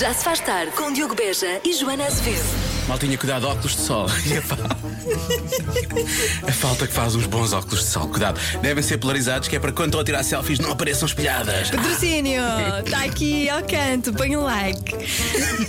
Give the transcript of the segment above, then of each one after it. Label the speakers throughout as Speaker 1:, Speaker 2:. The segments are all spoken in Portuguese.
Speaker 1: Já se faz tarde com Diogo Beja e Joana Azevedo.
Speaker 2: Mal tinha cuidado óculos de sol. E a, fa- a falta que faz uns bons óculos de sol. Cuidado. Devem ser polarizados, que é para quando estão a tirar selfies não apareçam espelhadas.
Speaker 3: Patrocínio, está aqui ao canto, põe um like.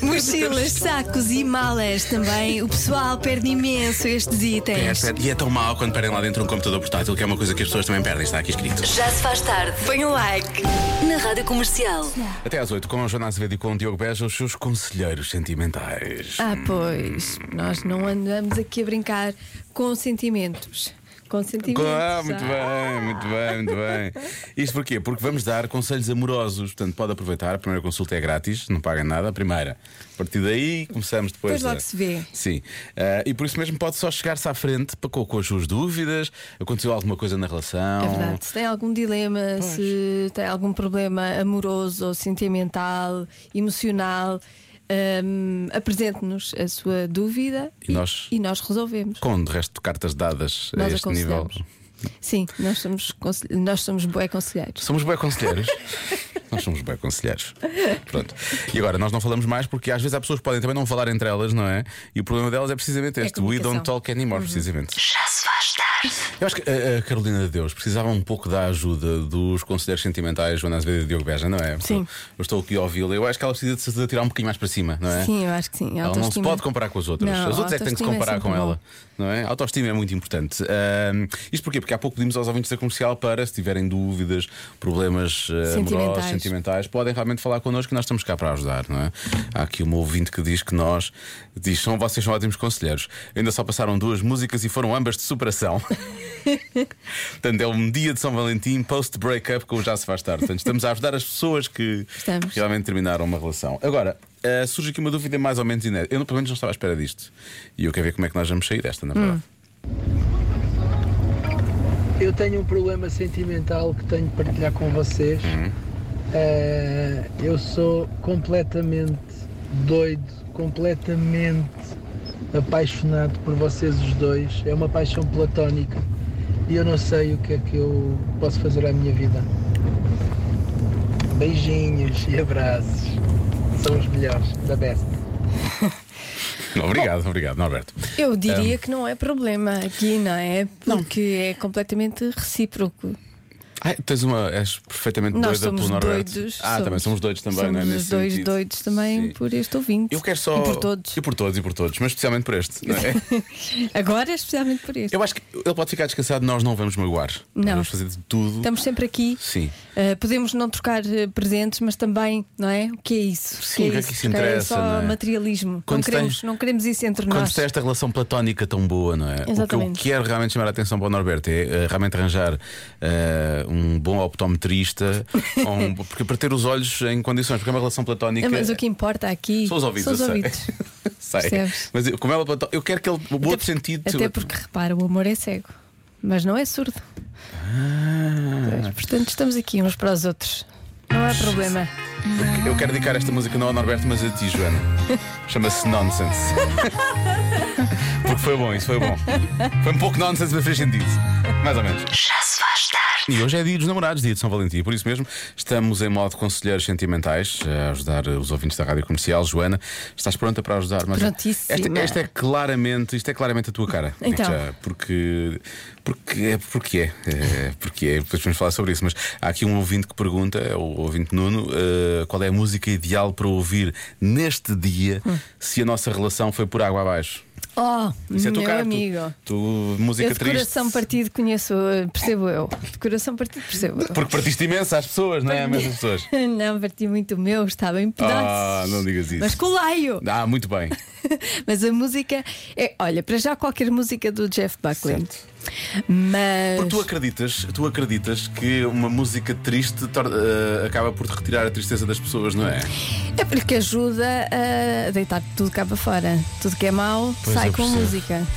Speaker 3: Mochilas, sacos e malas também. O pessoal perde imenso estes
Speaker 2: É,
Speaker 3: itens.
Speaker 2: pera- E é tão mau quando perdem lá dentro um computador portátil, que é uma coisa que as pessoas também perdem, está aqui escrito.
Speaker 1: Já se faz
Speaker 2: é.
Speaker 1: tarde
Speaker 3: Põe um like.
Speaker 1: na Rádio Comercial.
Speaker 2: Até às 8, com a Joana Azevedo e com o Diogo Beja, os seus conselheiros sentimentais.
Speaker 3: Ah, pois, nós não andamos aqui a brincar com sentimentos. Com sentimentos.
Speaker 2: Ah, muito
Speaker 3: ah.
Speaker 2: bem, muito bem, muito bem. Isto porquê? Porque vamos dar conselhos amorosos, portanto pode aproveitar. A primeira consulta é grátis, não paga nada. A primeira. A partir daí começamos depois.
Speaker 3: Depois logo
Speaker 2: a-
Speaker 3: se vê.
Speaker 2: Sim. Ah, e por isso mesmo pode só chegar-se à frente para com, com as suas dúvidas. Aconteceu alguma coisa na relação?
Speaker 3: É verdade, se tem algum dilema, se tem algum problema amoroso ou sentimental, emocional, hum, apresente-nos a sua dúvida
Speaker 2: E nós-
Speaker 3: e nós resolvemos.
Speaker 2: Com de resto cartas dadas a
Speaker 3: Nós
Speaker 2: este nível.
Speaker 3: aconselhamos. Sim, nós somos, consel- nós somos bué conselheiros.
Speaker 2: Somos bem conselheiros. nós somos bem conselheiros. Pronto. E agora, nós não falamos mais porque às vezes há pessoas que podem também não falar entre elas, não é? E o problema delas é precisamente
Speaker 3: É
Speaker 2: este: We
Speaker 3: comunicação. Uhum.
Speaker 2: don't talk anymore, precisamente.
Speaker 1: Já se faz tarde.
Speaker 2: Eu acho que a, a Carolina de Deus precisava um pouco da ajuda dos conselheiros sentimentais Joana Azevedo e Diogo Beja, não é?
Speaker 3: Sim.
Speaker 2: Eu, eu estou aqui a ouvi-la. Eu acho que ela precisa de certeza tirar um pouquinho mais para cima, não é?
Speaker 3: Sim, eu acho que sim.
Speaker 2: Ela não se
Speaker 3: autoestima.
Speaker 2: pode comparar com as outras.
Speaker 3: Não,
Speaker 2: as outras é que têm que se
Speaker 3: autoestima é
Speaker 2: comparar com
Speaker 3: sempre
Speaker 2: ela. Não é? A autoestima é muito importante. Ahm, isto porquê? Porque há pouco pedimos aos ouvintes da comercial para, se tiverem dúvidas, problemas eh, amorosos,
Speaker 3: Sentimentais.
Speaker 2: sentimentais, podem realmente falar connosco que nós estamos cá para ajudar, não é? Há aqui um ouvinte que diz que nós, diz, são, vocês são ótimos conselheiros. Ainda só passaram duas músicas e foram ambas de superação. Portanto, é um dia de São Valentim post-breakup com o Já Se Faz Tarde. Portanto, estamos a ajudar as pessoas que
Speaker 3: Estamos.
Speaker 2: realmente terminaram uma relação. Agora, eh, surge aqui uma dúvida mais ou menos inédita. Eu, pelo menos, não estava à espera disto. E eu quero ver como é que nós vamos sair desta, na verdade.
Speaker 4: Eu tenho um problema sentimental que tenho de partilhar com vocês. Eh, eu sou completamente doido, completamente apaixonado por vocês os dois. É uma paixão platónica e eu não sei o que é que eu posso fazer à minha vida. Beijinhos e abraços. São os melhores, da best.
Speaker 3: Hum.
Speaker 2: Obrigado, obrigado, Norberto.
Speaker 3: Eu diria que não é problema aqui, não é? Porque é completamente recíproco.
Speaker 2: Ai, tens uma. És perfeitamente
Speaker 3: Nós
Speaker 2: doida
Speaker 3: somos
Speaker 2: pelo Norberto.
Speaker 3: doidos.
Speaker 2: ah, também somos doidos também,
Speaker 3: somos
Speaker 2: não é?
Speaker 3: os
Speaker 2: Nesse
Speaker 3: dois
Speaker 2: sentido.
Speaker 3: doidos também
Speaker 2: Sim.
Speaker 3: por este ouvinte.
Speaker 2: Eu quero só.
Speaker 3: E por todos.
Speaker 2: E por todos, e por todos, mas especialmente por este. Não é?
Speaker 3: Agora, especialmente por este.
Speaker 2: Eu acho que ele pode ficar descansado, nós não vamos magoar. Nós
Speaker 3: Não.
Speaker 2: Vamos fazer de tudo.
Speaker 3: Estamos sempre aqui.
Speaker 2: Sim.
Speaker 3: Uh, podemos não trocar uh, presentes, mas também, não é? O que é isso?
Speaker 2: Sim, o que é que isso
Speaker 3: Porque
Speaker 2: interessa,
Speaker 3: só
Speaker 2: não é?
Speaker 3: materialismo.
Speaker 2: Quando
Speaker 3: não, queremos,
Speaker 2: tens-
Speaker 3: não queremos isso entre
Speaker 2: Quando
Speaker 3: nós.
Speaker 2: se tem esta relação platónica tão boa, não é? O que eu
Speaker 3: Exatamente.
Speaker 2: quero realmente chamar a atenção para o Norberto é eh, realmente arranjar eh, um bom optometrista, ou um- porque para ter os olhos em condições, porque é uma relação platónica.
Speaker 3: Ah, mas o que importa aqui
Speaker 2: São os ouvidos,
Speaker 3: São os
Speaker 2: eu sei.
Speaker 3: ouvidos.
Speaker 2: Sei.
Speaker 3: Percebes?
Speaker 2: Mas eu- como ela plató- eu quero que ele. O outro sentido.
Speaker 3: Até porque repara, o amor é cego, mas não é surdo.
Speaker 2: Ah.
Speaker 3: Pois, Portanto, estamos aqui uns para os outros. Não há problema.
Speaker 2: Eu quero dedicar esta música não ao Norberto, mas a ti, Joana. Chama-se Nonsense. Porque foi bom, isso foi bom. Foi um pouco nonsense, mas fez sentido. Mais ou menos.
Speaker 1: Já se faz tarde.
Speaker 2: E hoje é dia dos namorados, dia de São Valentim, por isso mesmo estamos em modo conselheiros sentimentais eh, a ajudar os ouvintes da rádio comercial. Joana, estás pronta para ajudar? Mas
Speaker 3: Prontíssima.
Speaker 2: Esta, esta é claramente, isto é claramente a tua cara. digo-te
Speaker 3: Então.
Speaker 2: já, porque, porque é, porque é, é, porque é, depois vamos falar sobre isso. Mas há aqui um ouvinte que pergunta, é o ouvinte Nuno, eh, qual é a música ideal para ouvir neste dia se a nossa relação foi por água abaixo?
Speaker 3: Oh,
Speaker 2: Isso é a
Speaker 3: meu
Speaker 2: tua cara, tu-
Speaker 3: amigo.
Speaker 2: Tu, música
Speaker 3: Eu de
Speaker 2: triste.
Speaker 3: coração partido conheço, eh, percebo eu. De coração partido percebo eu.
Speaker 2: Porque partiste imenso às pessoas, não é? Mas as pessoas.
Speaker 3: Não, parti muito o meu, estava em
Speaker 2: Ah,
Speaker 3: pedaços.
Speaker 2: não digas isso.
Speaker 3: Mas colaio!
Speaker 2: Ah, muito bem.
Speaker 3: Mas a música é, olha, para já qualquer música do Jeff Buckley. Mas
Speaker 2: Porque tu acreditas, tu acreditas que uma música triste tor- eh, acaba por te retirar a tristeza das pessoas, não é?
Speaker 3: é porque ajuda a deitar tudo cá para fora. Tudo que é mau
Speaker 2: Pois,
Speaker 3: sai
Speaker 2: eu
Speaker 3: com a
Speaker 2: percebo.
Speaker 3: música.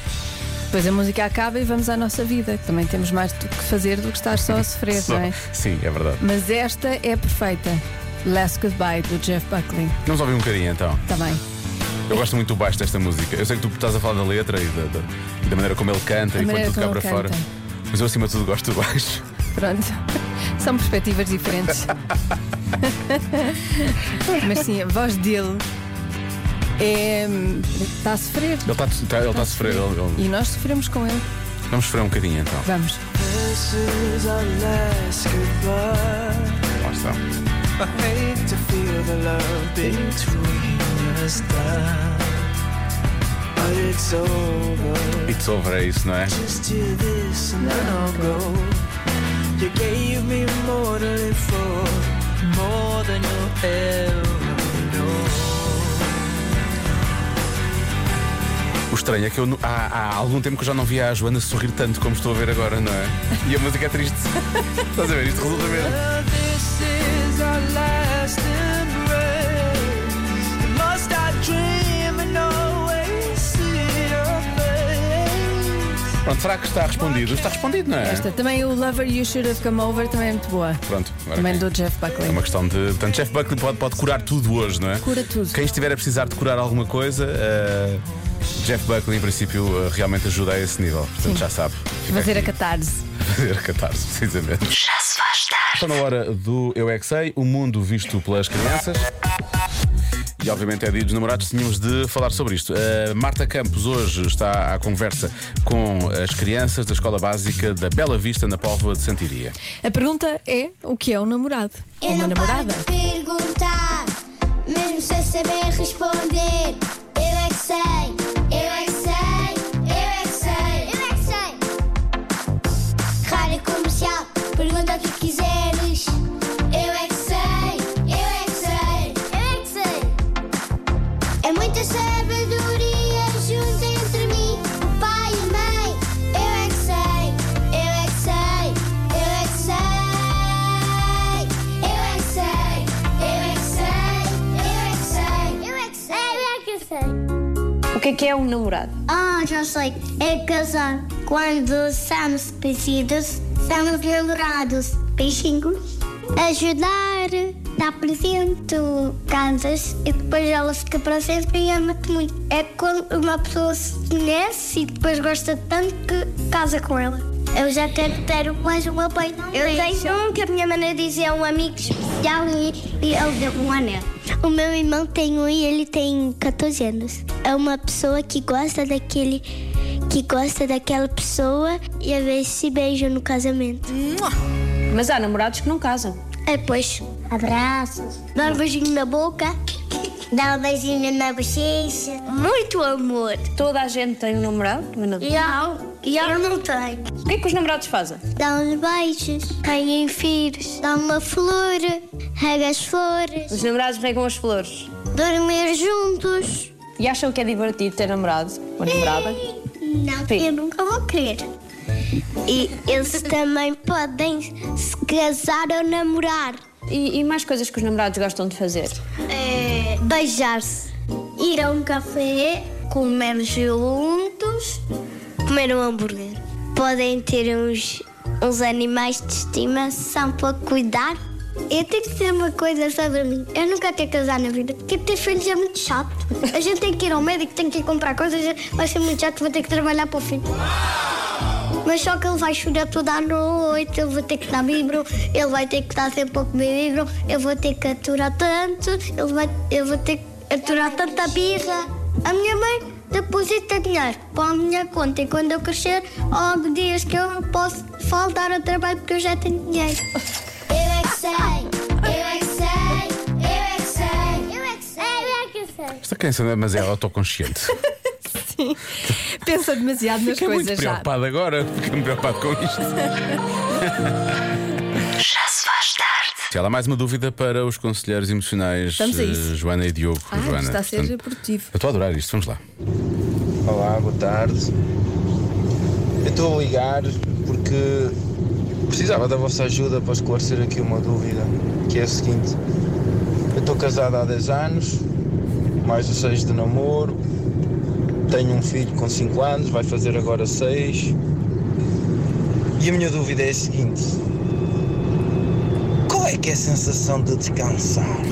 Speaker 3: Depois a música acaba e vamos à nossa vida. que Também temos mais do que fazer do que estar só a sofrer,
Speaker 2: Só-
Speaker 3: não é?
Speaker 2: Sim, é verdade.
Speaker 3: Mas esta é perfeita. Last Goodbye do Jeff Buckley. Tá
Speaker 2: Vamos ouvir um bocadinho então.
Speaker 3: Também.
Speaker 2: Eu gosto muito do baixo desta música. Eu sei que tu estás a falar da letra e da, da- e da maneira como ele canta
Speaker 3: Da
Speaker 2: e põe
Speaker 3: maneira
Speaker 2: tudo cá
Speaker 3: como
Speaker 2: para
Speaker 3: ele
Speaker 2: fora.
Speaker 3: canta.
Speaker 2: Mas eu, acima de tudo, gosto do baixo.
Speaker 3: Pronto. São perspectivas diferentes. Mas sim, a voz dele é. está a sofrer.
Speaker 2: Ele está tá, ele tá a sofrer. Ele, ele-
Speaker 3: E nós sofremos com ele.
Speaker 2: Vamos sofrer um bocadinho então.
Speaker 3: Vamos.
Speaker 5: This is our last goodbye.
Speaker 2: Lá está.
Speaker 5: I hate to feel the love between us down. But it's over.
Speaker 2: It's over, é isso, não é?
Speaker 5: Just do this and then I'll go. You gave me more to live for, more than you'll ever know.
Speaker 2: O estranho é que eu nu- há, há algum tempo que eu já não via a Joana sorrir tanto como estou a ver agora, não é? E a música é triste. Estás a ver? Isto resulta mesmo.
Speaker 5: Well, this is our last embrace. Must I dream and always see your face?
Speaker 2: Pronto, será que está respondido? Está respondido, não é?
Speaker 3: Esta também o Lover You Should Have Come Over também é muito boa.
Speaker 2: Pronto, agora
Speaker 3: Também
Speaker 2: quem-
Speaker 3: do Jeff Buckley.
Speaker 2: É uma questão de. Portanto, Jeff Buckley pode, pode curar tudo hoje, não é?
Speaker 3: Cura tudo.
Speaker 2: Quem estiver a precisar de curar alguma coisa, eh, Jeff Buckley, em princípio, eh, realmente ajuda a esse nível. Portanto,
Speaker 3: Sim.
Speaker 2: já sabe. Fica
Speaker 3: Fazer a
Speaker 2: aqui.
Speaker 3: catarse.
Speaker 2: Fazer catarse, precisamente.
Speaker 1: Já se faz tarde.
Speaker 2: Está na hora do Eu é Que Sei, o mundo visto pelas crianças. E obviamente é dia dos namorados, tínhamos de falar sobre isto. A Marta Campos hoje está à conversa com as crianças da Escola Básica da Bela Vista, na Póvoa de Santiria.
Speaker 3: A pergunta é: o que é um namorado? Ou
Speaker 6: Eu
Speaker 3: uma
Speaker 6: não paro
Speaker 3: namorada?
Speaker 6: de perguntar, mesmo sem saber responder. Eu é que sei, eu é que sei, eu é que sei, eu é que sei. Rádio comercial, pergunta o que quiseres. Eu é que sei, eu é que sei, eu é que sei. É muita sabedoria junto entre mim, o pai e a mãe. Eu é que sei, eu é que sei, eu é que sei. Eu é que sei, eu é que sei, eu é que sei, eu é que sei.
Speaker 7: O que é que é um namorado?
Speaker 6: Ah, já sei. É casar. Quando somos parecidos, somos namorados. Peixinhos. Ajudar, dar presente, casas. E depois ela fica para sempre e ama-te muito. É quando uma pessoa se conhece e depois gosta tanto que casa com ela. Eu já quero ter mais um apoio. Eu tenho um que a minha mana diz é um amigo especial e, e ele deu um anel. O meu irmão tem um e ele tem 14 anos. É uma pessoa que gosta daquele que gosta daquela pessoa e às vezes se beijam no casamento.
Speaker 7: Mas há namorados que não casam.
Speaker 6: É, pois. Abraços. Dá um beijinho na boca. Dá um beijinho na bochecha. Muito amor.
Speaker 7: Toda a gente tem um namorado? Mas não.
Speaker 6: Não, eu um não tenho.
Speaker 7: O que é que os namorados fazem?
Speaker 6: Dá uns beijos, têm filhos, dá uma flor, rega as flores,
Speaker 7: Os namorados regam as flores.
Speaker 6: dormir juntos.
Speaker 7: E acham que é divertido ter namorado ou namorada?
Speaker 6: Não,
Speaker 7: Sim.
Speaker 6: eu nunca vou querer. E eles também podem se casar ou namorar.
Speaker 7: E, e mais coisas que os namorados gostam de fazer?
Speaker 6: eh, Beijar-se, ir a um café, comer juntos, comer um hambúrguer. Podem ter uns, uns animais de estimação para cuidar. Eu tenho que dizer uma coisa sobre mim. Eu nunca quero casar na vida, porque ter filhos é muito chato. A gente tem que ir ao médico, tem que ir comprar coisas, vai ser muito chato, vou ter que trabalhar para o filho. Mas só que ele vai chorar toda a noite, eu vou ter que dar vibro, ele vai ter que dar sempre a comer vibro, eu vou ter que aturar tanto, ele vai, eu vou ter que aturar tanta birra. A minha mãe deposita dinheiro para a minha conta e quando eu crescer, há dias que eu não posso faltar ao trabalho porque eu já tenho dinheiro. Eu é que sei, eu é que sei, eu é que sei, eu é que sei, eu é que sei.
Speaker 2: Esta criança não é, mas é autoconsciente.
Speaker 3: Pensa demasiado nas
Speaker 2: Fiquei É muito
Speaker 3: coisas já.
Speaker 2: preocupado agora, fiquei preocupado com isto.
Speaker 1: Já se faz tarde.
Speaker 2: Se há mais uma dúvida para os conselheiros emocionais
Speaker 3: Vamos a
Speaker 2: eh,
Speaker 3: isso.
Speaker 2: Joana e Diogo.
Speaker 3: Ah,
Speaker 2: Joana,
Speaker 3: está a ser
Speaker 2: portanto,
Speaker 3: produtivo.
Speaker 2: eu estou a adorar isto, vamos lá.
Speaker 8: Olá, boa tarde. Eu estou a ligar porque precisava da vossa ajuda para esclarecer aqui uma dúvida, que é a seguinte. Eu estou casado há 10 anos, mais de 6 de namoro, tenho um filho com 5 anos, vai fazer agora 6. E a minha dúvida é a seguinte. Qual é que é a sensação de descansar?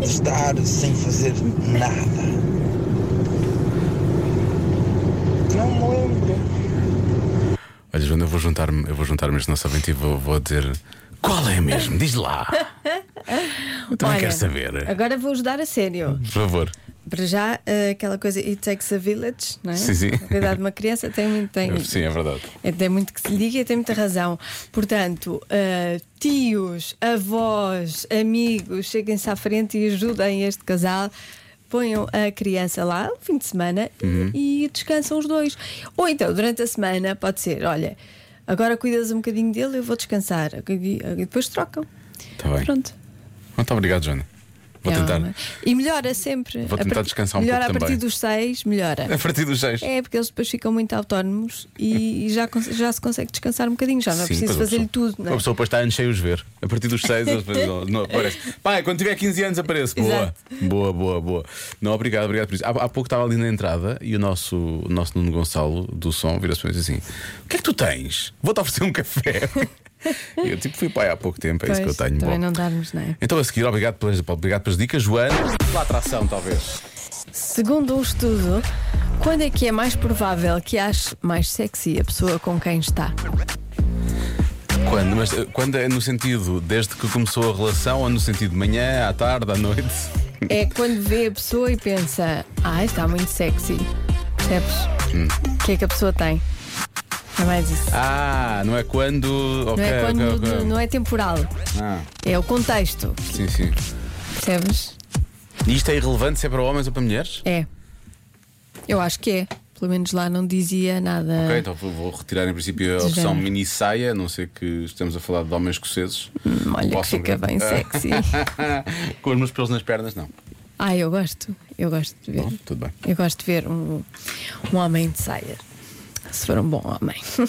Speaker 8: De estar sem fazer nada? Não me lembro.
Speaker 2: Olha, Joana, eu vou juntar-me eu vou juntar-me a este nosso ouvinte e vou, vou dizer qual é mesmo? Diz lá. Eu também
Speaker 3: Olha,
Speaker 2: quero saber.
Speaker 3: Agora vou ajudar a sério.
Speaker 2: Por favor.
Speaker 3: Para já, eh, aquela coisa It Takes a Village, não é?
Speaker 2: Sim, sim.
Speaker 3: Cuidar de uma criança tem muito. Tem,
Speaker 2: Sim, é verdade.
Speaker 3: É, Tem muito que se lhe diga e tem muita razão. Portanto, eh, tios, avós, amigos, cheguem-se à frente e ajudem este casal. Ponham a criança lá um fim de semana e-
Speaker 2: Uhum.
Speaker 3: e, descansam os dois. Ou então, durante a semana, pode ser: olha, agora cuidas um bocadinho dele, eu vou descansar. E depois trocam.
Speaker 2: Tá bem.
Speaker 3: Pronto.
Speaker 2: Muito obrigado, Joana. Vou
Speaker 3: É
Speaker 2: tentar.
Speaker 3: uma- E melhora sempre.
Speaker 2: Vou
Speaker 3: A
Speaker 2: tentar
Speaker 3: partir-
Speaker 2: descansar um
Speaker 3: melhora
Speaker 2: pouco
Speaker 3: a partir
Speaker 2: também.
Speaker 3: dos seis, melhora.
Speaker 2: A partir dos 6.
Speaker 3: É, porque eles depois ficam muito autónomos e, e já, con- já se consegue descansar um bocadinho, já não é preciso fazer-lhe tudo, não
Speaker 2: A
Speaker 3: é?
Speaker 2: pessoa depois está anos sem os ver. A partir dos 6 não aparece. Pai, quando tiver 15 anos aparece. Boa. Boa, boa, boa. Não, obrigado, obrigado por isso. Há, há pouco estava ali na entrada e o nosso, o nosso Nuno Gonçalo do som vira-se para mim e diz assim: O que é que tu tens? Vou-te oferecer um café. E eu tipo fui pai há pouco tempo, é isso que eu
Speaker 3: Pois,
Speaker 2: tenho.
Speaker 3: também
Speaker 2: Bom.
Speaker 3: não darmos, não é?
Speaker 2: Então a seguir, obrigado pelas, obrigado pelas dicas, Joana. Pela atração, talvez.
Speaker 3: Segundo um estudo, quando é que é mais provável que ache mais sexy a pessoa com quem está?
Speaker 2: Quando? Mas eh, quando é no sentido desde que começou a relação ou no sentido de manhã, à tarde, à noite?
Speaker 3: É quando vê a pessoa e pensa, ah, está muito sexy. Percebes?
Speaker 2: Hum.
Speaker 3: O que é que a pessoa tem? É mais isso.
Speaker 2: Ah, não é quando.
Speaker 3: Não
Speaker 2: Ok,
Speaker 3: é, quando,
Speaker 2: ok, ok.
Speaker 3: não é temporal,
Speaker 2: Ah,
Speaker 3: é o contexto,
Speaker 2: sim, sim.
Speaker 3: percebes?
Speaker 2: E isto é irrelevante se é para homens ou para mulheres?
Speaker 3: É. Eu acho que é. Pelo menos lá não dizia nada.
Speaker 2: Ok, então vou vou retirar em princípio a
Speaker 3: É. De
Speaker 2: opção
Speaker 3: género.
Speaker 2: mini saia, a não ser que estamos a falar de homens escoceses.
Speaker 3: Hum, Olha que
Speaker 2: Possam-
Speaker 3: fica bem sexy.
Speaker 2: Com os meus pelos nas pernas, não.
Speaker 3: Ah, eu gosto. Eu gosto de ver.
Speaker 2: Bom, tudo bem.
Speaker 3: Eu gosto de ver um, um homem de saia. Se for um bom homem.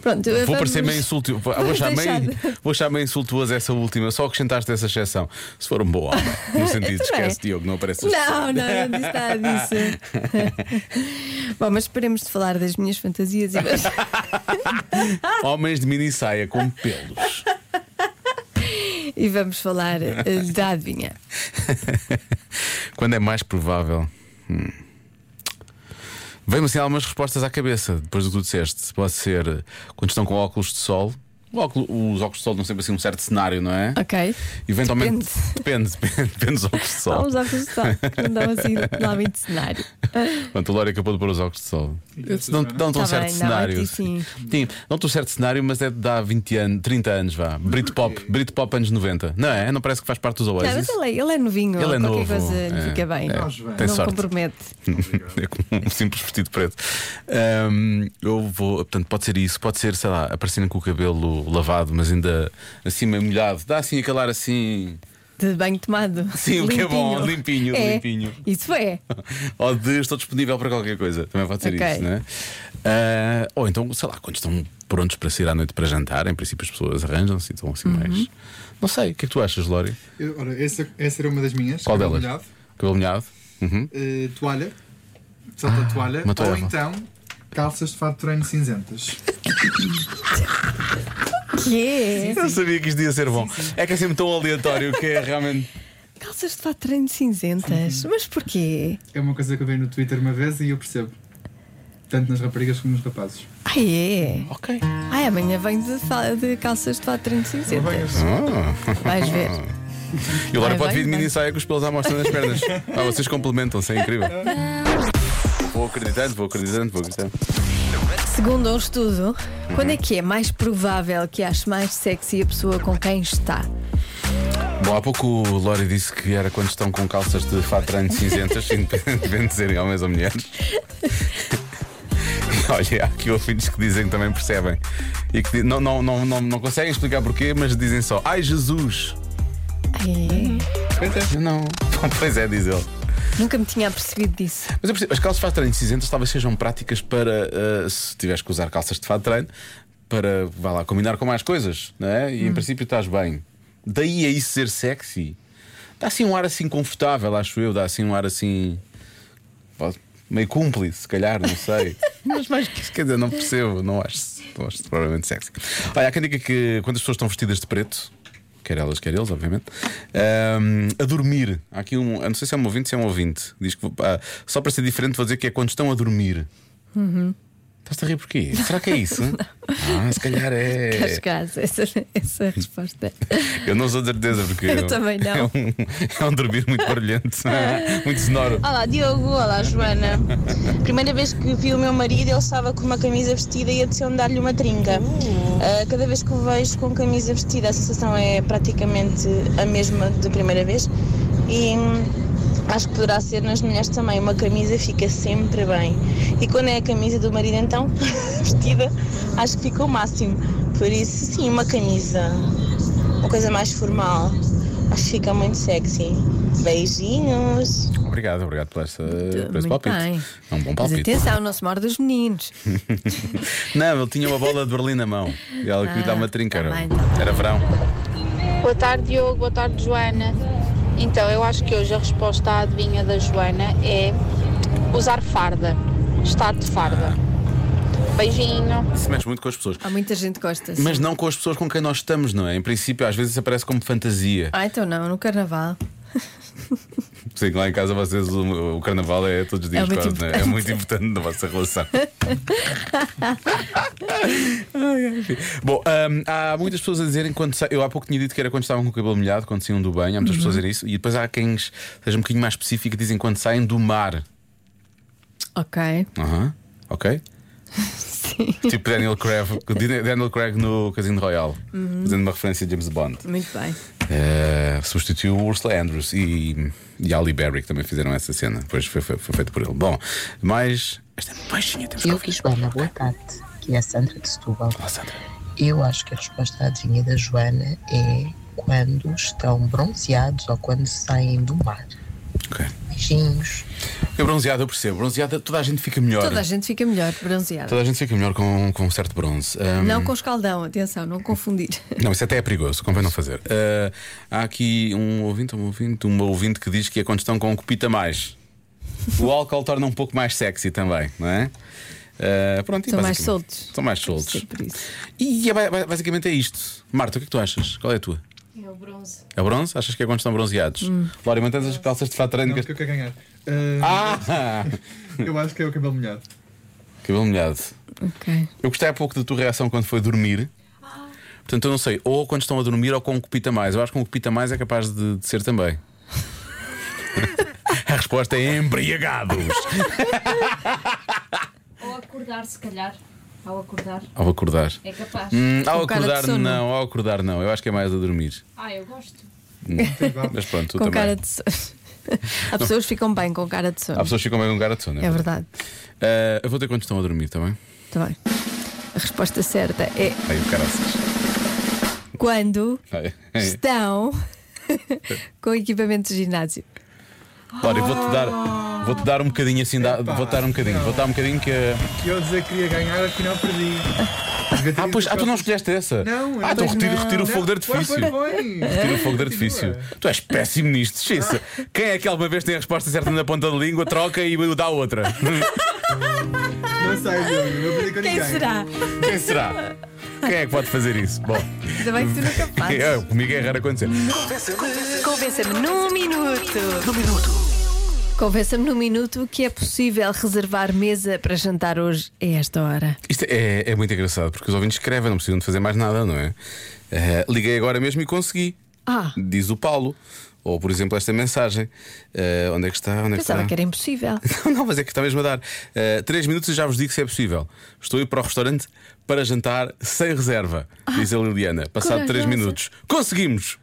Speaker 3: Pronto,
Speaker 2: Vou parecer meio insultuoso. Vou achar meio, vou achar meio insultuoso essa última, só acrescentaste essa exceção. Se for um bom homem, no sentido,
Speaker 3: É Também.
Speaker 2: esquece Diogo, não aparece
Speaker 3: Não, não, não disse nada disso. bom, mas esperemos de falar das minhas fantasias e das-
Speaker 2: Homens de mini saia com pelos.
Speaker 3: E vamos falar eh, da adivinha.
Speaker 2: Quando é mais provável? Hum. Vem-me assim algumas respostas à cabeça depois do que tu disseste. Pode ser eh, quando estão com óculos de sol. O óculo- os óculos de sol não sempre assim um certo cenário, não é?
Speaker 3: Ok.
Speaker 2: Eventualmente. Depende, depende, depende dos óculos de sol.
Speaker 3: Vamos à solução. Não dá assim lá muito cenário.
Speaker 2: Pronto, o Lória acabou de pôr os óculos de sol. Não, não tão
Speaker 3: Tá
Speaker 2: certo
Speaker 3: bem, não,
Speaker 2: cenário.
Speaker 3: aqui sim.
Speaker 2: Sim, não tão certo cenário, mas é de há 20 anos, 30 anos, vá. Britpop, Britpop anos 90. Não é? Não parece que faz parte dos
Speaker 3: Não, mas
Speaker 2: Oasis?
Speaker 3: ele, é- ele é novinho,
Speaker 2: Ele é
Speaker 3: qualquer
Speaker 2: novo,
Speaker 3: coisa lhe
Speaker 2: é,
Speaker 3: fica bem.
Speaker 2: é,
Speaker 3: não
Speaker 2: tem sorte.
Speaker 3: compromete.
Speaker 2: é como um simples vestido preto. Ahm, eu vou, portanto, pode ser isso, pode ser, sei lá, aparecerem com o cabelo lavado, mas ainda assim meio molhado. Dá assim a calar assim.
Speaker 3: De banho tomado.
Speaker 2: Sim, o que é bom, limpinho,
Speaker 3: É,
Speaker 2: limpinho.
Speaker 3: Isso é.
Speaker 2: Ou de estou disponível para qualquer coisa. Também pode ser
Speaker 3: Ok.
Speaker 2: isso, né? Ah, ou então, sei lá, quando estão prontos para sair à noite para jantar, em princípio as pessoas arranjam-se e estão assim mais. Não sei, o que é que tu achas, Lória?
Speaker 9: Eu- Ora, essa, essa era uma das minhas.
Speaker 2: Qual
Speaker 9: cabelo
Speaker 2: delas?
Speaker 9: molhado,
Speaker 2: Cabelo molhado? Uhum.
Speaker 9: eh, toalha. Salta toalha.
Speaker 2: Ah, uma
Speaker 9: Ou
Speaker 2: toalha.
Speaker 9: então calças de fato de treino cinzentas.
Speaker 3: Que é?
Speaker 2: Eu sabia que isto ia ser bom. É que é sempre tão aleatório que é realmente.
Speaker 3: Calças de fato de treino cinzentas. Mas porquê?
Speaker 9: É uma coisa que eu vi no Twitter uma vez e eu percebo. Tanto nas raparigas como nos rapazes.
Speaker 3: Ah, é?
Speaker 2: Ok.
Speaker 3: Ai, amanhã venho de, fa- de calças de fato de treino cinzentas.
Speaker 2: Ah.
Speaker 3: Vais ver.
Speaker 2: E agora pode
Speaker 3: Vai, vai,
Speaker 2: vir de
Speaker 3: vai.
Speaker 2: mini saia com os pelos à mostra nas pernas. Ah, vocês complementam-se, é incrível. Vou acreditando, vou acreditando, vou acreditando.
Speaker 3: Segundo um estudo, quando é que é mais provável que ache mais sexy a pessoa com quem está?
Speaker 2: Bom, há pouco o Lori disse que era quando estão com calças de fatrante cinzentas, independentemente de serem homens ou mulheres. E Olha, há aqui ouvintes que dizem que também percebem e que di- não, não, não, não, não conseguem explicar porquê, mas dizem só: Ai Jesus!
Speaker 3: Ah,
Speaker 2: Uhum.
Speaker 3: Ai,
Speaker 2: Eu não. Pois é, diz ele.
Speaker 3: é. Nunca me tinha apercebido disso.
Speaker 2: Mas eu percebo, as calças de fato de treino cinzentas talvez sejam práticas para, eh, se tiveres que usar calças de fato de treino, para, vá lá, combinar com mais coisas, não é? E em princípio estás bem. Daí a isso ser sexy. Dá assim um ar assim confortável, acho eu. Dá assim um ar assim. pá, meio cúmplice, se calhar, não sei. Mas mais que isso, quer dizer, não percebo, não acho, não acho provavelmente sexy. Olha, há quem diga que quando as pessoas estão vestidas de preto. Quer elas, quer eles, obviamente. ahm, a dormir. Há aqui um. eu Não sei se é um ouvinte, se é um ouvinte. Diz que ah, só para ser diferente, vou dizer que é quando estão a dormir. Estás-te a rir porquê? Será que é isso? ah, se calhar é.
Speaker 3: Cascas, essa, essa é a resposta.
Speaker 2: Eu não sou de certeza porque.
Speaker 3: Eu também não.
Speaker 2: É um, é um dormir muito barulhento, muito sonoro.
Speaker 10: Olá Diogo, olá Joana. Primeira vez que vi o meu marido, ele estava com uma camisa vestida e a decisão de dar-lhe uma trinca. Ah, cada vez que o vejo com camisa vestida, a sensação é praticamente a mesma da primeira vez. E hum, acho que poderá ser nas mulheres também. Uma camisa fica sempre bem. E quando é a camisa do marido, então, vestida, acho que fica o máximo. Por isso, sim, uma camisa. Uma coisa mais formal. Acho que fica muito sexy. Beijinhos.
Speaker 2: Obrigado, obrigado por, essa, por esse
Speaker 3: Muito
Speaker 2: palpite.
Speaker 3: bem.
Speaker 2: É um bom
Speaker 3: Mas
Speaker 2: palpite.
Speaker 3: atenção, não se morde os meninos.
Speaker 2: Não, ele tinha uma bola de Berlim na mão e ela que lhe dá
Speaker 3: Ah,
Speaker 2: uma trinca.
Speaker 3: tá
Speaker 2: Era, um-
Speaker 3: bem, tá
Speaker 2: era verão.
Speaker 11: Boa tarde, Diogo. Boa tarde, Joana. Então, eu acho que hoje a resposta à adivinha da Joana é usar farda. Estar de farda. Beijinho.
Speaker 2: Se mexe muito com as pessoas.
Speaker 3: Há muita gente que gosta assim.
Speaker 2: Mas não com as pessoas com quem nós estamos, não é? Em princípio, às vezes isso aparece como fantasia.
Speaker 3: Ah, então não, no carnaval.
Speaker 2: Sim, lá em casa vocês o, o carnaval é todos os dias,
Speaker 3: É muito
Speaker 2: quase, não é? É
Speaker 3: importante.
Speaker 2: muito importante na vossa relação. Ai, ai, enfim. Bom, hum, há muitas pessoas a dizerem quando sa- eu há pouco tinha dito que era quando estavam com o cabelo molhado, quando saíam do banho, há muitas pessoas a
Speaker 3: Uhum.
Speaker 2: dizerem isso, e depois há quem seja um bocadinho mais específico e dizem quando saem do mar.
Speaker 3: Ok.
Speaker 2: Aham, ok?
Speaker 3: Sim.
Speaker 2: Tipo Daniel Craig, Daniel Craig no Casino Royale,
Speaker 3: Uhum.
Speaker 2: fazendo uma referência a James Bond.
Speaker 3: Muito bem.
Speaker 2: Eh, substituiu o Ursula Andrews e, e Ali Berry, que também fizeram essa cena. Depois foi, foi, foi feito por ele. Bom, mas esta é muito baixinha, temos que
Speaker 12: Eu
Speaker 2: ouvir.
Speaker 12: fiz Joana, boa tarde. Aqui é a Sandra de Setúbal.
Speaker 2: Olá, Sandra.
Speaker 12: Eu acho que a resposta à adivinha da Joana é quando estão bronzeados ou quando saem do mar.
Speaker 2: Ok.
Speaker 12: Beijinhos.
Speaker 2: Eu bronzeado, eu percebo. Bronzeado, toda a gente fica melhor.
Speaker 3: Toda a gente fica melhor bronzeada.
Speaker 2: Toda a gente fica melhor com, com um certo bronze. Ahm,
Speaker 3: Não com escaldão, atenção, não confundir.
Speaker 2: Não, isso até é perigoso, convém não fazer. Ah, há aqui um ouvinte, um ouvinte, uma ouvinte que diz que é quando estão com um copita mais. O álcool torna um pouco mais sexy também, não é? Ah, pronto, e
Speaker 3: Estão mais
Speaker 2: basicamente-
Speaker 3: soltos.
Speaker 2: Estão mais soltos.
Speaker 3: Sempre isso.
Speaker 2: E é ba- ba- basicamente é isto. Marta, o que é que tu achas? Qual é a tua?
Speaker 7: É o bronze.
Speaker 2: É bronze? Achas que é quando estão bronzeados?
Speaker 3: Hum.
Speaker 2: Lória, mantens as calças de fato
Speaker 9: Não,
Speaker 2: treino.
Speaker 9: porque eu quero ganhar. Ah,
Speaker 2: Ah!
Speaker 9: Eu acho que é o cabelo molhado.
Speaker 2: Cabelo molhado.
Speaker 3: Ok.
Speaker 2: Eu gostei há pouco da tua reação quando foi dormir. Portanto, eu não sei, ou quando estão a dormir ou com um copita mais. Eu acho que um copita mais é capaz de, de ser também. a resposta é embriagados.
Speaker 7: Ou acordar, se calhar. Ao acordar.
Speaker 2: ao acordar.
Speaker 7: É capaz.
Speaker 2: Hum, ao
Speaker 3: Com cara de
Speaker 2: acordar,
Speaker 3: sono.
Speaker 2: não, ao acordar, não. Eu acho que é mais a dormir.
Speaker 7: Ah, eu gosto.
Speaker 2: Mas pronto, tu
Speaker 3: com
Speaker 2: também.
Speaker 3: cara de sono. Há pessoas que ficam bem com cara de sono.
Speaker 2: Há pessoas que ficam bem com cara de sono.
Speaker 3: É verdade.
Speaker 2: Ah, eu vou ter quando estão a dormir, está bem?
Speaker 3: Está bem. A resposta certa é
Speaker 2: Aí o caraças.
Speaker 3: quando
Speaker 2: Ai, ai.
Speaker 3: estão com equipamento de ginásio.
Speaker 2: Olha, vou-te dar, vou-te dar um bocadinho assim, dá- vou-te dar um bocadinho, vou-te dar um bocadinho que.
Speaker 9: Eu dizer que queria ganhar, afinal perdi. Devia ter
Speaker 2: Ah,
Speaker 9: ido
Speaker 2: pois,
Speaker 9: de
Speaker 2: ah, tu não
Speaker 9: costas.
Speaker 2: escolheste essa?
Speaker 9: Não, eu
Speaker 2: ah, então
Speaker 9: não.
Speaker 2: retira,
Speaker 9: Não.
Speaker 2: retira o fogo de
Speaker 9: Foi, foi,
Speaker 2: artifício.
Speaker 9: foi.
Speaker 3: É.
Speaker 2: Retira o fogo de artifício. Tu és péssimo nisto, xissa. Quem é que alguma vez tem a resposta certa na ponta da língua, troca e dá outra?
Speaker 9: Não sei, Diogo. Eu perdi com
Speaker 3: Quem
Speaker 9: ninguém.
Speaker 3: será?
Speaker 2: Quem será? Quem é que pode fazer isso? Bom,
Speaker 3: Ainda bem que tu nunca
Speaker 2: é,
Speaker 3: fazes.
Speaker 2: comigo é raro acontecer.
Speaker 3: Convença-me num minuto. Num minuto. Convença-me num minuto que é possível reservar mesa para jantar hoje a esta hora.
Speaker 2: Isto é, é muito engraçado porque os ouvintes escrevem, não precisam de fazer mais nada, não é? Eh, liguei agora mesmo e consegui.
Speaker 3: Ah.
Speaker 2: Diz o Paulo. Ou, por exemplo, esta mensagem. Eh, onde é que está? Onde é que
Speaker 3: Pensava
Speaker 2: está?
Speaker 3: que era impossível.
Speaker 2: Não, mas é que está mesmo a dar. Eh, três minutos e já vos digo se é possível. Estou a ir para o restaurante para jantar sem reserva, diz a Liliana. Passado três
Speaker 3: corajosa.
Speaker 2: minutos. Conseguimos!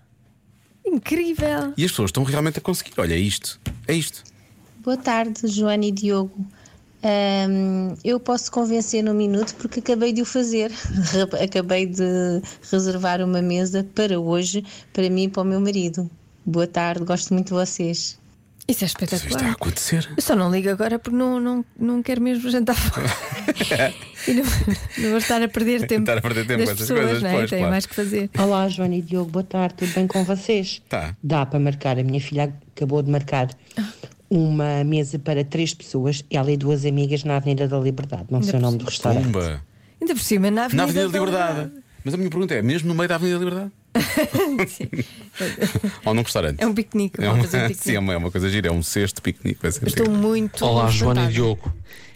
Speaker 3: Incrível.
Speaker 2: E as pessoas estão realmente a conseguir. Olha, é isto. É isto.
Speaker 13: Boa tarde, Joana e Diogo. Ahm, eu posso convencer num minuto porque acabei de o fazer. acabei de reservar uma mesa para hoje, para mim e para o meu marido. Boa tarde, gosto muito de vocês.
Speaker 3: Isso é
Speaker 2: Isto está a
Speaker 3: espetacular.
Speaker 2: acontecer.
Speaker 3: Eu só não ligo agora porque não, não, não quero mesmo jantar fora. e não, não vou estar a perder tempo.
Speaker 2: Estar a perder tempo
Speaker 3: das
Speaker 2: com essas
Speaker 3: pessoas,
Speaker 2: coisas,
Speaker 3: não é?
Speaker 2: pois,
Speaker 3: Tenho
Speaker 2: claro.
Speaker 3: mais que fazer.
Speaker 14: Olá, Joana e Diogo, boa tarde, tudo bem com vocês?
Speaker 2: Tá.
Speaker 14: Dá para marcar, a minha filha acabou de marcar uma mesa para três pessoas, ela e duas amigas na Avenida da Liberdade, não sei o nome do restaurante.
Speaker 2: Pumba.
Speaker 3: Ainda por cima, na
Speaker 2: Na
Speaker 3: Avenida,
Speaker 2: Avenida da Liberdade. Mas a minha pergunta é: mesmo no meio da Avenida da Liberdade? Ou num restaurante?
Speaker 3: É um piquenique.
Speaker 2: É
Speaker 3: vão
Speaker 2: uma,
Speaker 3: fazer um piquenique.
Speaker 2: sim, é uma, é uma coisa gira, é um cesto de piquenique. Vai ser
Speaker 3: Estou
Speaker 2: giro.
Speaker 3: muito.
Speaker 15: Olá, Joana e
Speaker 3: espantada.
Speaker 15: Diogo.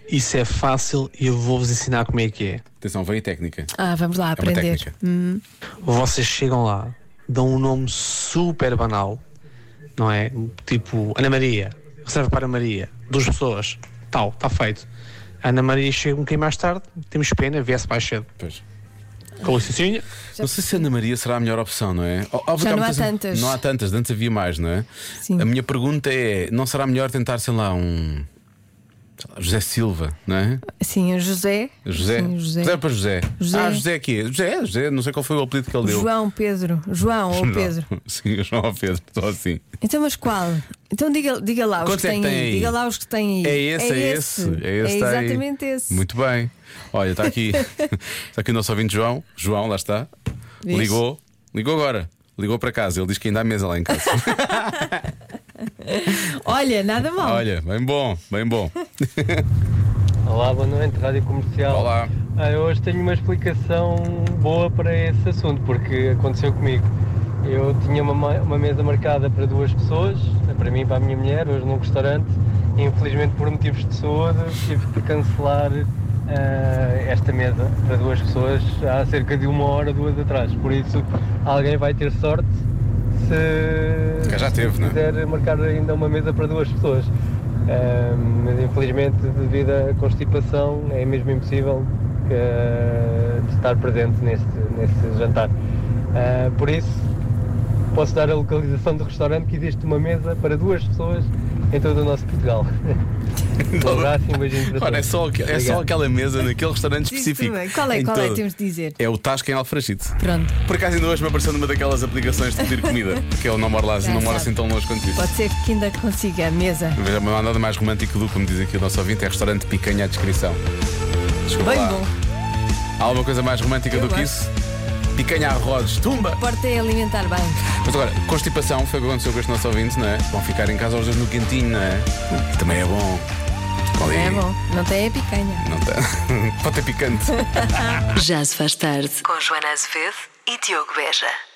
Speaker 15: Isso é fácil e eu vou-vos ensinar como é que é.
Speaker 2: Atenção, veio técnica.
Speaker 3: Ah, vamos lá aprender.
Speaker 2: É técnica.
Speaker 3: Hum.
Speaker 15: Vocês chegam lá, dão um nome super banal, não é? Tipo, Ana Maria, reserva para Maria, duas pessoas, tal, está feito. A Ana Maria chega um bocadinho mais tarde, temos pena, viesse mais cedo.
Speaker 2: Pois.
Speaker 15: Com licencinha.
Speaker 2: Não sei se a Ana Maria será a melhor opção, não é? Ó- óbvio
Speaker 3: Já
Speaker 2: que há
Speaker 3: não há
Speaker 2: muitas-
Speaker 3: tantas.
Speaker 2: Não há tantas, antes havia mais, não é?
Speaker 3: Sim.
Speaker 2: A minha pergunta é: não será melhor tentar, sei lá, um. sei lá, José Silva, não é?
Speaker 3: Sim, o José.
Speaker 2: José.
Speaker 3: Sim, José.
Speaker 2: José para José.
Speaker 3: José.
Speaker 2: Ah, José aqui. José, José, não sei qual foi o apelido que ele deu.
Speaker 3: João Pedro. João ou
Speaker 2: Não.
Speaker 3: Pedro.
Speaker 2: Sim, João ou Pedro, só assim.
Speaker 3: Então, mas qual? Então diga, diga lá os
Speaker 2: Quantos
Speaker 3: que
Speaker 2: é que
Speaker 3: têm
Speaker 2: tem aí?
Speaker 3: Diga lá os que têm aí.
Speaker 2: É esse, é, esse. É, esse está aí.
Speaker 3: exatamente esse.
Speaker 2: Muito bem. Olha, está aqui, está aqui o nosso ouvinte João. João, lá está.
Speaker 3: Vês?
Speaker 2: Ligou, ligou agora. Ligou para casa. Ele diz que ainda há mesa lá em casa.
Speaker 3: Olha, nada mal.
Speaker 2: Olha, bem bom, bem bom.
Speaker 16: Olá, boa noite, Rádio Comercial.
Speaker 2: Olá.
Speaker 16: Ah, eu hoje tenho uma explicação boa para esse assunto, porque aconteceu comigo. Eu tinha uma, ma- uma mesa marcada para duas pessoas, é para mim e para a minha mulher, hoje num restaurante. E, infelizmente, por motivos de saúde, tive que cancelar ah, esta mesa para duas pessoas há cerca de uma hora, duas atrás. Por isso, alguém vai ter sorte se,
Speaker 2: Já teve,
Speaker 16: se
Speaker 2: não é?
Speaker 16: quiser marcar ainda uma mesa para duas pessoas. Ah, Ahm, mas infelizmente, devido à constipação, é mesmo impossível que- de estar presente neste, neste jantar. Ah, por isso, posso dar a localização do restaurante que existe uma mesa para duas pessoas em todo o nosso Portugal. um abraço e um beijinho para
Speaker 2: Ora,
Speaker 16: todos.
Speaker 2: é só, aqu- é só
Speaker 16: Obrigado.
Speaker 2: aquela mesa naquele restaurante
Speaker 3: Diz
Speaker 2: específico.
Speaker 3: primeiro. Qual é,
Speaker 2: Em
Speaker 3: qual é?
Speaker 2: todo.
Speaker 3: Temos de dizer.
Speaker 2: É o Tasca em Alfragite.
Speaker 3: Pronto.
Speaker 2: Por acaso ainda hoje me apareceu numa daquelas aplicações de pedir comida, que eu não moro lá,
Speaker 3: Já
Speaker 2: não moro
Speaker 3: sabe.
Speaker 2: assim tão longe quanto isso.
Speaker 3: Pode ser que ainda consiga a mesa.
Speaker 2: Veja, Não há nada mais romântico do que me diz aqui o nosso ouvinte, é restaurante picanha à descrição. Desculpa
Speaker 3: Bem
Speaker 2: lá.
Speaker 3: bom.
Speaker 2: Há alguma coisa mais romântica
Speaker 3: Eu
Speaker 2: do que
Speaker 3: gosto.
Speaker 2: isso? Picanha a rodos, tumba!
Speaker 3: Porta é alimentar bem.
Speaker 2: Mas agora, constipação foi o que aconteceu com este nosso ouvinte, não é? Vão ficar em casa aos dois no cantinho, não é? Que Também é bom. Qual
Speaker 3: É bom. Não tem a picanha.
Speaker 2: Não tá. Pode ter picante.
Speaker 1: Já se faz tarde. Com Joana Azevedo e Diogo Beja.